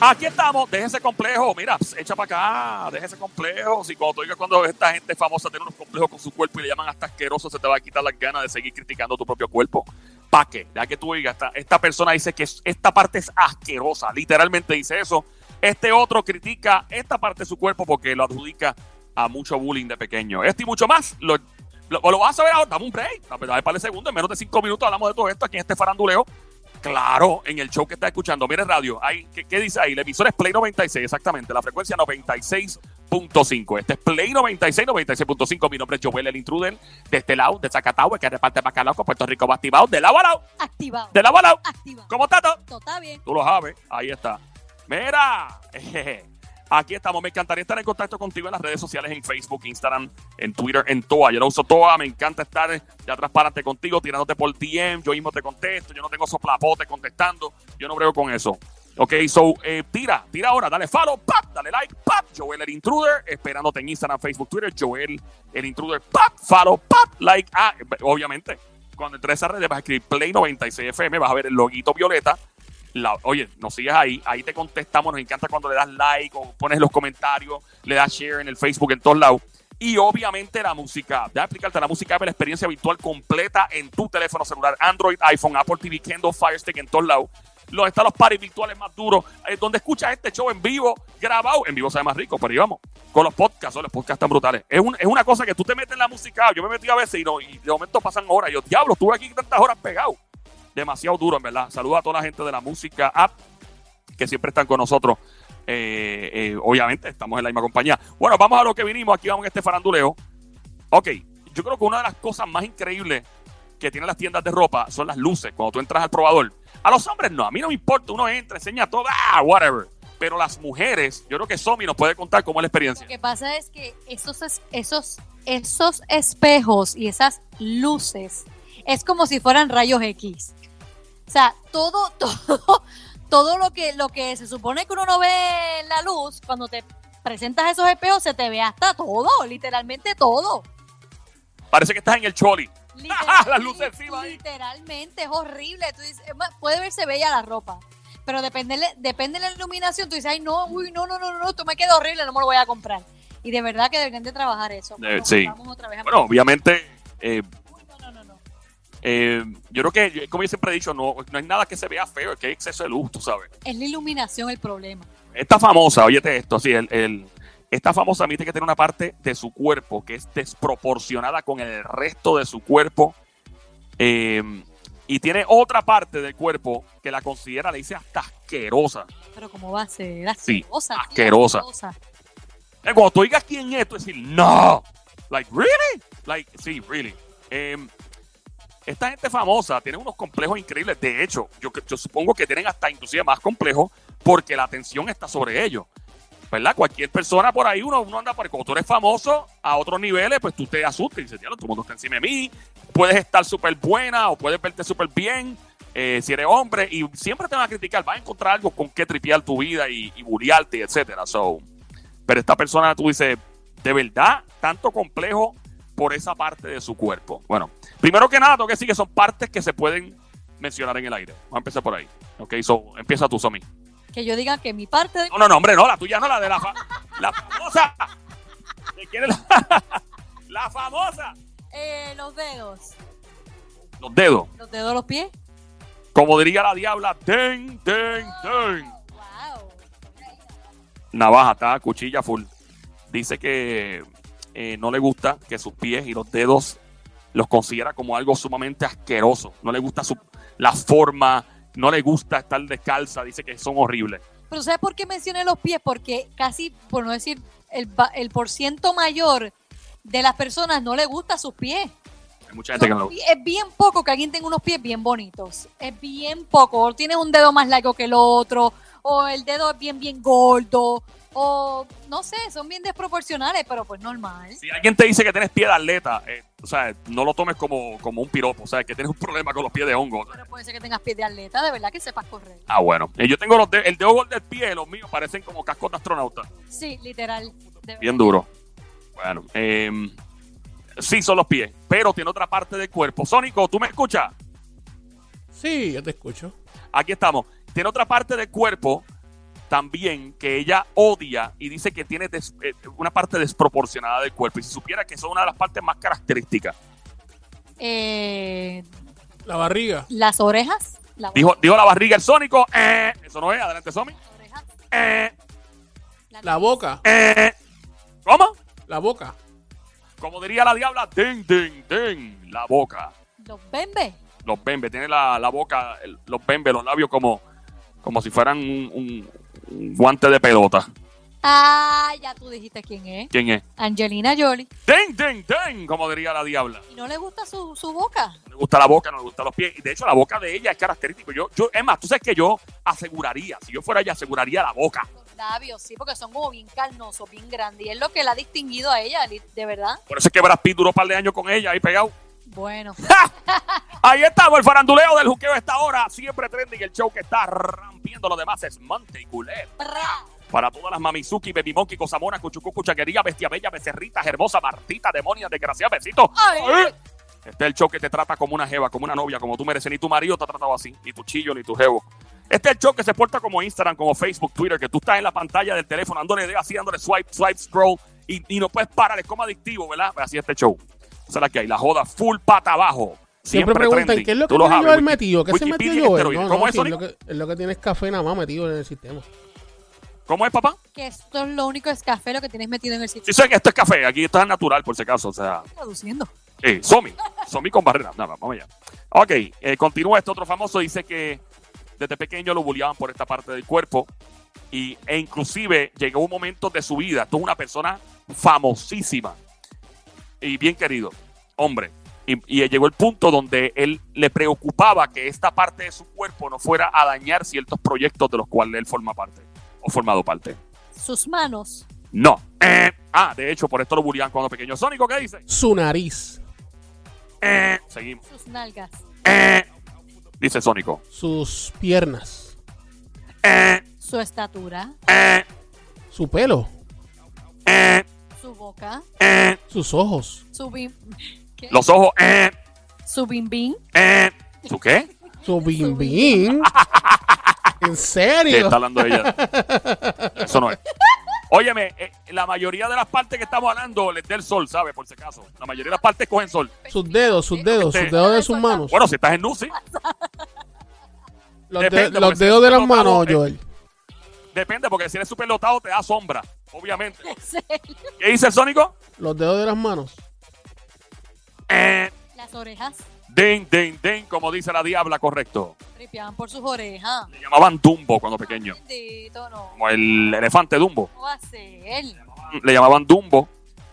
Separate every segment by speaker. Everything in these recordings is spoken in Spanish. Speaker 1: Aquí estamos, deje ese complejo, mira, ps, echa para acá, deje ese complejo. Si cuando tú digas cuando esta gente famosa tiene unos complejos con su cuerpo y le llaman hasta asqueroso, se te va a quitar las ganas de seguir criticando tu propio cuerpo. ¿Para qué? Ya que tú digas, esta, esta persona dice que es- esta parte es asquerosa, literalmente dice eso. Este otro critica esta parte de su cuerpo porque lo adjudica a mucho bullying de pequeño. Esto y mucho más, lo, lo, lo vas a ver ahora, dame un break, dame, dame un par de segundos, en menos de cinco minutos hablamos de todo esto aquí en este faranduleo. Claro, en el show que está escuchando. Mire radio, ahí, ¿qué, qué dice ahí? La emisora es Play 96, exactamente. La frecuencia 96.5. Este es Play 96, 96.5. Mi nombre es Joel el Intruder, de este lado, de Zacatau, el que reparte bacalao con Puerto Rico, va activado, de lado a lado,
Speaker 2: Activado.
Speaker 1: de lado a lado.
Speaker 2: Activado.
Speaker 1: ¿Cómo está todo?
Speaker 2: Todo está bien.
Speaker 1: Tú lo sabes, ahí está. Mira, jeje, aquí estamos. Me encantaría estar en contacto contigo en las redes sociales, en Facebook, Instagram, en Twitter, en toda. Yo lo uso toda, me encanta estar ya transparente contigo, tirándote por DM, yo mismo te contesto, yo no tengo soplapote contestando, yo no brego con eso. Ok, so eh, tira, tira ahora, dale follow, pap, dale like, pap, Joel el Intruder, esperándote en Instagram, Facebook, Twitter, Joel el Intruder, pap, follow, pap, like, ah, eh, obviamente, cuando entres a esa red vas a escribir Play 96FM, vas a ver el loguito violeta, la- oye, nos sigues ahí, ahí te contestamos, nos encanta cuando le das like o pones los comentarios, le das share en el Facebook, en todos lados. Y obviamente la música, ya explicarte la música, la experiencia virtual completa en tu teléfono celular, Android, iPhone, Apple TV, Kindle, Fire Stick, en todos lados. Los, están los pares virtuales más duros, eh, donde escuchas este show en vivo, grabado. En vivo sabe más rico, pero íbamos con los podcasts, oh, los podcasts tan brutales. Es, un- es una cosa que tú te metes en la música. Yo me metí a veces y, no, y de momento pasan horas. Yo, diablo, estuve aquí tantas horas pegado demasiado duro, en verdad. Saludos a toda la gente de la música app que siempre están con nosotros. Eh, eh, obviamente, estamos en la misma compañía. Bueno, vamos a lo que vinimos. Aquí vamos en este faranduleo. Ok, yo creo que una de las cosas más increíbles que tienen las tiendas de ropa son las luces. Cuando tú entras al probador, a los hombres no, a mí no me importa. Uno entra, enseña todo, ah, whatever. Pero las mujeres, yo creo que Somi nos puede contar cómo es la experiencia.
Speaker 2: Lo que pasa es que esos, es- esos, esos espejos y esas luces es como si fueran rayos X. O sea, todo, todo, todo lo que, lo que se supone que uno no ve en la luz, cuando te presentas esos espejos, se te ve hasta todo, literalmente todo.
Speaker 1: Parece que estás en el choli.
Speaker 2: Literal-
Speaker 1: Las luces encima ahí.
Speaker 2: Literalmente, es horrible. Tú dices, es más, puede verse bella la ropa, pero depende, depende de la iluminación. Tú dices, ay, no, uy, no, no, no, no, no, esto me queda horrible, no me lo voy a comprar. Y de verdad que deberían de trabajar eso.
Speaker 1: Eh,
Speaker 2: Vamos-
Speaker 1: sí.
Speaker 2: vamos otra vez a-
Speaker 1: Bueno, obviamente, eh,
Speaker 2: Uy, no, no, no, no.
Speaker 1: Eh, yo creo que, como yo siempre he dicho, no, no hay nada que se vea feo, es que hay exceso de luz, tú sabes.
Speaker 2: Es la iluminación el problema.
Speaker 1: Esta famosa, óyete esto, así, el, el- esta famosa viste que tiene una parte de su cuerpo que es desproporcionada con el resto de su cuerpo. eh, y tiene otra parte del cuerpo que la considera, le dice hasta asquerosa.
Speaker 2: Pero ¿cómo va a ser?
Speaker 1: Sí,
Speaker 2: Asquerosa. tía,
Speaker 1: asquerosa. Eh, Cuando tú digas quién es, tú decir, no. Like, really? Like, sí, really. Em, esta gente famosa tiene unos complejos increíbles. De hecho, yo, yo supongo que tienen hasta inclusive más complejos porque la atención está sobre ellos. ¿Verdad? Cualquier persona por ahí, uno, uno anda por ahí. Cuando tú eres famoso a otros niveles, pues tú te asustas y dices, diablo, todo el mundo está encima de mí. Puedes estar súper buena o puedes verte súper bien eh, si eres hombre y siempre te van a criticar. Vas a encontrar algo con qué tripear tu vida y, y bullearte, etcétera. So, pero esta persona, tú dices, de verdad, tanto complejo por esa parte de su cuerpo. Bueno, primero que nada, tengo que decir que son partes que se pueden mencionar en el aire. Vamos a empezar por ahí. Ok, so, empieza tú, Somi.
Speaker 2: Que yo diga que mi parte de-
Speaker 1: No, no, no, hombre, no, la tuya no, la de la, fa- la famosa. ¿De quién es la, la famosa?
Speaker 2: eh, los dedos.
Speaker 1: Los dedos.
Speaker 2: Los dedos de los pies.
Speaker 1: Como diría la diabla, ten, ten, ten.
Speaker 2: Wow.
Speaker 1: Navaja, está, cuchilla full. Dice que eh, no le gusta que sus pies y los dedos los considera como algo sumamente asqueroso. No le gusta su, la forma, no le gusta estar descalza, dice que son horribles.
Speaker 2: Pero ¿sabes por qué mencioné los pies? Porque casi, por no decir, el, va- el por ciento mayor de las personas no le gusta sus pies.
Speaker 1: Hay mucha gente que no le
Speaker 2: Los
Speaker 1: gusta.
Speaker 2: pies- Es bien poco que alguien tenga unos pies bien bonitos. Es bien poco. O tienes un dedo más largo que el otro, o el dedo es bien, bien gordo, o no sé, son bien desproporcionales, pero pues normal.
Speaker 1: Si alguien te dice que tienes pie de atleta, eh, o sea, no lo tomes como, como un piropo, o sea, que tienes un problema con los pies de hongo.
Speaker 2: Pero puede ser que tengas pies de atleta, de verdad que sepas correr.
Speaker 1: Ah, bueno. Eh, yo tengo los de- el dedo gordo del pie, los míos parecen como cascos de astronauta.
Speaker 2: Sí, literal. de
Speaker 1: Bien
Speaker 2: verdad.
Speaker 1: duro. Bueno, eh, sí son los pies, pero tiene otra parte del cuerpo. Sónico, ¿tú me escuchas?
Speaker 3: Sí, yo te escucho.
Speaker 1: Aquí estamos. Tiene otra parte del cuerpo también que ella odia y dice que tiene des- eh, una parte desproporcionada del cuerpo. Y si supiera que eso es una de las partes más características.
Speaker 2: Eh,
Speaker 3: La barriga.
Speaker 2: las orejas. La
Speaker 1: Dijo, dijo la barriga el sónico. eh, eso no es. Adelante, Somi.
Speaker 2: las orejas,
Speaker 1: Eh,
Speaker 3: La boca.
Speaker 1: eh. ¿Cómo?
Speaker 3: La boca.
Speaker 1: Como diría la diabla, ding, ding, ding. La boca.
Speaker 2: Los bembes.
Speaker 1: Los bembes. Tiene la, la boca, el- los bembes, los labios como, como si fueran un, un- un guante de pelota.
Speaker 2: Ah, ya tú dijiste quién es.
Speaker 1: ¿Quién es?
Speaker 2: Angelina Jolie.
Speaker 1: Ding, ding, ding. Como diría la diabla.
Speaker 2: ¿Y no le gusta su, su boca?
Speaker 1: No le gusta la boca, no le gustan los pies. Y de hecho, la boca de ella es característica. Yo, yo, es más, tú sabes que yo aseguraría, si yo fuera ella, aseguraría la boca.
Speaker 2: Los labios, sí, porque son como bien carnosos, bien grandes. Y es lo que la ha distinguido a ella, li- de verdad.
Speaker 1: Por eso es que Brad Pitt duró un par de años con ella ahí pegado.
Speaker 2: Bueno,
Speaker 1: Ahí estamos, el faranduleo del juqueo a esta hora. Siempre trending, el show que está rompiendo los demás es Monte Culé.
Speaker 2: ¡bra!
Speaker 1: Para todas las mamizuki, bebimonki, cosamona, cuchucu, cuchaquería, bestia bella, becerritas, hermosa, martita, demonia, desgraciada, besito.
Speaker 2: Ay.
Speaker 1: Ay. Este es el show que te trata como una jeva, como una novia, como tú mereces. Ni tu marido te ha tratado así, ni tu chillo, ni tu jevo. Este es el show que se porta como Instagram, como Facebook, Twitter, que tú estás en la pantalla del teléfono dándole dedo así, dándole swipe, swipe, scroll, y, y no puedes parar, es como adictivo, ¿verdad? Así es este show. Esa es la que hay, la joda full pata abajo.
Speaker 3: Siempre, preguntan,
Speaker 1: trending.
Speaker 3: ¿qué es lo
Speaker 1: Tú
Speaker 3: que tiene
Speaker 1: sabes,
Speaker 3: Joel
Speaker 1: Wiki-
Speaker 3: metido? ¿Qué se
Speaker 1: Wikipedia
Speaker 3: metió
Speaker 1: en
Speaker 3: Joel?
Speaker 1: esteroides.
Speaker 3: No,
Speaker 1: ¿Cómo
Speaker 3: no,
Speaker 1: es
Speaker 3: sí,
Speaker 1: eso,
Speaker 3: es, lo que, es lo que tiene es café nada más metido en el sistema.
Speaker 1: ¿Cómo es, papá?
Speaker 2: que esto es lo único es café lo que tienes metido en el sitio.
Speaker 1: Sí, sé que esto es café, aquí esto es natural, por si acaso, o sea.
Speaker 2: Traduciendo.
Speaker 1: Sí, Somi. Somi con barrera. Nada, vamos allá. Ok, eh, continúa este otro famoso. Dice que desde pequeño lo bulliaban por esta parte del cuerpo. Y, e inclusive llegó un momento de su vida. Esto es una persona famosísima y bien querido, hombre. Y, y llegó el punto donde él le preocupaba que esta parte de su cuerpo no fuera a dañar ciertos proyectos de los cuales él forma parte o formado parte.
Speaker 2: Sus manos.
Speaker 1: No. Eh, ah, de hecho, por esto lo bulliaban cuando pequeño. Sónico, ¿qué dice?
Speaker 3: Su nariz.
Speaker 1: Eh, seguimos.
Speaker 2: Sus nalgas.
Speaker 1: Eh, dice Sónico.
Speaker 3: Sus piernas.
Speaker 1: Eh,
Speaker 2: Su estatura.
Speaker 1: eh,
Speaker 3: Su pelo.
Speaker 1: eh,
Speaker 2: Su boca.
Speaker 1: eh.
Speaker 3: Sus ojos.
Speaker 2: Su bim. ¿qué?
Speaker 1: Los ojos. Eh,
Speaker 2: Su bim bim.
Speaker 1: eh. ¿Tú qué?
Speaker 3: Su bim bim. ¿En
Speaker 1: ¿Qué
Speaker 3: serio?
Speaker 1: está hablando ella? Eso no es. Óyeme, eh, la mayoría de las partes que estamos hablando les da el sol, ¿sabes? Por si acaso. La mayoría de las partes cogen sol.
Speaker 3: Sus dedos, sus dedos, sus dedos de sus manos.
Speaker 1: Bueno, si estás en Nusi,
Speaker 3: Los,
Speaker 1: Depende,
Speaker 3: de-
Speaker 1: porque
Speaker 3: los
Speaker 1: si
Speaker 3: dedos
Speaker 1: está
Speaker 3: de las
Speaker 1: tocado,
Speaker 3: manos,
Speaker 1: eh.
Speaker 3: Joel.
Speaker 1: depende, porque si eres súper lotado te da sombra, obviamente.
Speaker 2: Sí.
Speaker 1: ¿Qué dice el Sónico?
Speaker 3: Los dedos de las manos.
Speaker 1: Eh,
Speaker 2: Las orejas.
Speaker 1: ding, ding, ding, como dice la diabla, correcto.
Speaker 2: Tripeaban por sus orejas.
Speaker 1: Le llamaban Dumbo cuando pequeño,
Speaker 2: Bendito, no.
Speaker 1: como el elefante Dumbo.
Speaker 2: ¿Cómo va a ser?
Speaker 1: le llamaban Dumbo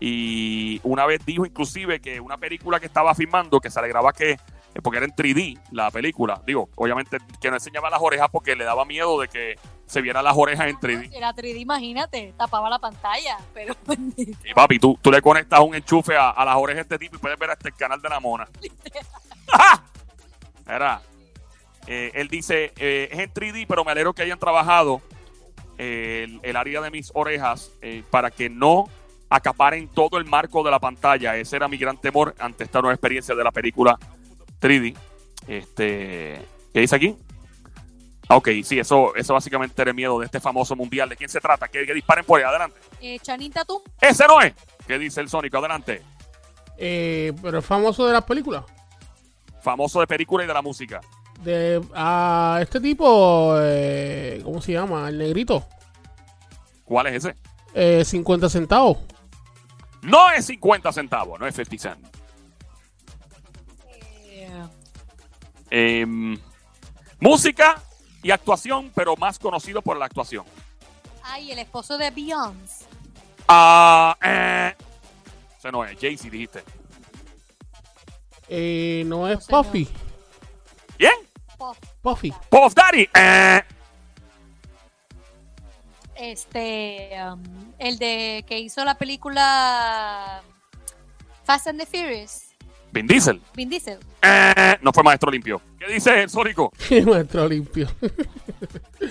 Speaker 1: y una vez dijo inclusive que una película que estaba filmando que se alegraba que eh, porque era en 3D la película digo obviamente que no enseñaba las orejas porque le daba miedo de que se vieran las orejas en 3D
Speaker 2: Era 3D, imagínate. Tapaba la pantalla. Pero bendito.
Speaker 1: y papi tú, tú le conectas un enchufe a, a las orejas de este tipo y puedes ver hasta el canal de la mona era eh, él dice eh, es en 3D pero me alegro que hayan trabajado eh, el, el área de mis orejas eh, para que no acaparen todo el marco de la pantalla. Ese era mi gran temor ante esta nueva experiencia de la película 3D. Este, ¿Qué dice aquí? Ah, Ok, sí, eso, eso básicamente era el miedo de este famoso mundial. ¿De quién se trata? Que, que disparen por ahí. Adelante.
Speaker 2: Eh, Chanita tú.
Speaker 1: ¡Ese no es! ¿Qué dice el Sónico? Adelante.
Speaker 3: Eh, pero es famoso de las películas.
Speaker 1: Famoso de película y de la música.
Speaker 3: De a este tipo, eh, ¿cómo se llama? El negrito.
Speaker 1: ¿Cuál es ese?
Speaker 3: Eh, 50 centavos.
Speaker 1: No es 50 centavos, no es 50 cent.
Speaker 2: Eh,
Speaker 1: Em, música y actuación, pero más conocido por la actuación.
Speaker 2: ay, el esposo de Beyoncé.
Speaker 1: Ah, eh. Ese no es, Jay-Z dijiste.
Speaker 3: Eh, no es
Speaker 2: No, señor.
Speaker 3: Puffy.
Speaker 1: ¿Bien?
Speaker 2: Pop.
Speaker 3: Puffy.
Speaker 1: Puff Daddy. Eh.
Speaker 2: Este, um, el de que hizo la película Fast and the Furious,
Speaker 1: Vin Diesel.
Speaker 2: Vin Diesel.
Speaker 1: Eh. No fue Maestro Limpio. ¿Qué dice el Sónico?
Speaker 3: Maestro limpio.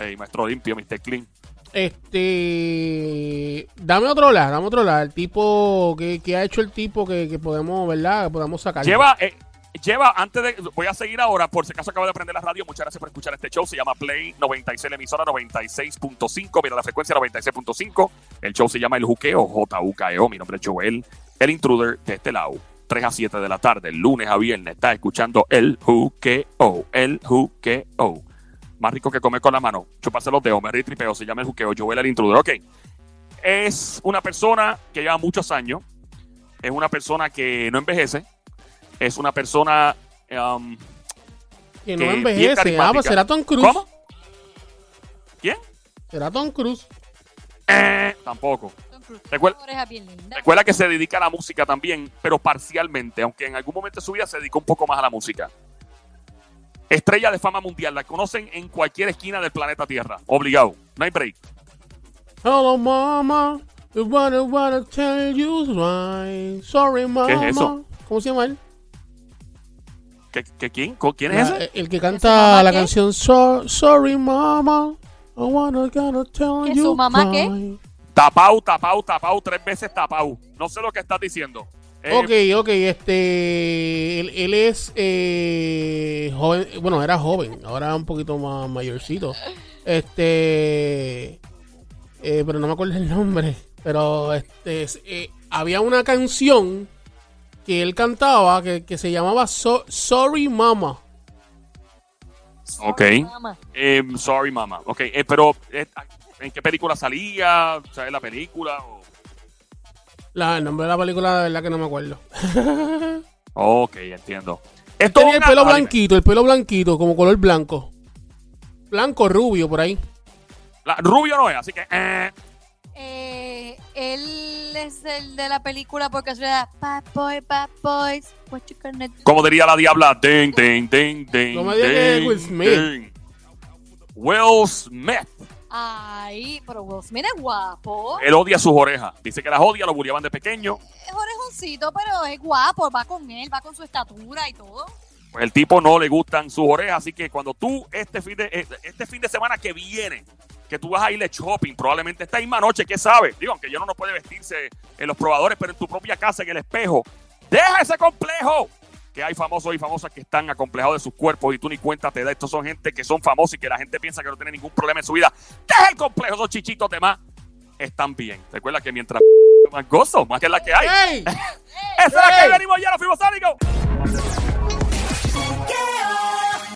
Speaker 1: Ey, Maestro Limpio, Mr. Clean.
Speaker 3: Este. Dame otro lado, dame otro lado. El tipo que, que ha hecho el tipo que, que podemos, ¿verdad? Que podamos sacar.
Speaker 1: Lleva, eh, lleva, antes de. Voy a seguir ahora, por si acaso acabo de aprender la radio. Muchas gracias por escuchar este show. Se llama Play 96, la emisora 96.5. Mira la frecuencia 96.5. El show se llama El Juqueo, J-U-K-E-O. E Mi nombre es Joel, el intruder de este lado. 3 a 7 de la tarde, lunes a viernes. Estás escuchando El Juqueo, El Juqueo. Más rico que comer con la mano. Chuparse los dedos, me y tripeo. Se llama El Juqueo, Joel, el intruder. Ok. Es una persona que lleva muchos años. Es una persona que no envejece es una persona. um,
Speaker 3: Que
Speaker 1: que
Speaker 3: no
Speaker 1: bien
Speaker 3: envejece. Ah, pues
Speaker 1: carismática.
Speaker 3: será Tom Cruise.
Speaker 1: ¿Cómo? ¿Quién?
Speaker 3: Será Tom Cruise.
Speaker 1: Eh, tampoco.
Speaker 2: Tom Cruise,
Speaker 1: Recuer-
Speaker 2: una oreja bien linda.
Speaker 1: Recuerda que se dedica a la música también, pero parcialmente, aunque en algún momento de su vida se dedicó un poco más a la música. Estrella de fama mundial, la conocen en cualquier esquina del planeta Tierra. Obligado. No hay break.
Speaker 3: Hello, mama. You wanna, wanna tell you why. Sorry, mama.
Speaker 1: eso?
Speaker 3: ¿Cómo se llama él?
Speaker 1: ¿Qué, qué- quién? ¿Con- ¿Quién es
Speaker 3: La-
Speaker 1: ese?
Speaker 3: El que
Speaker 2: ¿Que su
Speaker 3: canta
Speaker 2: mamá
Speaker 3: la
Speaker 2: qué?
Speaker 3: canción So- Sorry, mama. I wanna, gonna tell
Speaker 2: ¿Que
Speaker 3: you
Speaker 2: su mamá qué?
Speaker 3: why.
Speaker 1: Tapau, tapau, tapau, tres veces tapau. No sé lo que estás diciendo. Eh,
Speaker 3: Ok, ok, este. Él, él es. eh, joven. Bueno, era joven, ahora un poquito más mayorcito. Este. eh, pero no me acuerdo el nombre. Pero este. es- eh, había una canción que él cantaba que, que se llamaba So- Sorry Mama.
Speaker 1: Ok.
Speaker 2: Ay, mamá.
Speaker 1: eh, sorry, mamá. Ok, eh, pero eh, ¿en qué película salía? ¿Sabes la película? O-
Speaker 3: La, el nombre de la película, de verdad que no me acuerdo.
Speaker 1: Ok, entiendo. Esto
Speaker 3: Tenía
Speaker 1: es
Speaker 3: el
Speaker 1: una-
Speaker 3: pelo
Speaker 1: Ah, dime.
Speaker 3: blanquito, el pelo blanquito, como color blanco. Blanco, rubio, por ahí.
Speaker 1: La- rubio no es, así que. eh,
Speaker 2: Eh, él es el de la película porque suena Bad Boy, Bad Boys. What you gonna do?
Speaker 1: como diría la diabla, ding, ding, ding, ding.
Speaker 3: No me digas que es
Speaker 1: ding,
Speaker 3: Will Smith.
Speaker 1: ding. Will Smith.
Speaker 2: Ay, pero Will Smith es guapo.
Speaker 1: Él odia sus orejas. Dice que las odia, lo bulliaban de pequeño.
Speaker 2: Es orejoncito, pero es guapo. Va con él, va con su estatura y todo.
Speaker 1: Pues el tipo no le gustan sus orejas. Así que cuando tú, este fin de, eh, este fin de semana que viene, que tú vas a ir de shopping, probablemente esta misma noche, ¿qué sabe? Digo, aunque yo no, no puede vestirse en los probadores, pero en tu propia casa, en el espejo. ¡Deja ese complejo! Que hay famosos y famosas que están acomplejados de sus cuerpos y tú ni cuenta te da. Estos son gente que son famosos y que la gente piensa que no tiene ningún problema en su vida. ¡Deja el complejo! Esos chichitos de más están bien. Recuerda que mientras más gozo, más que es la que hay.
Speaker 3: ¡Ey!
Speaker 1: ¡Esa es la
Speaker 3: ¡Ey!
Speaker 1: que venimos ya, los Fibosáricos!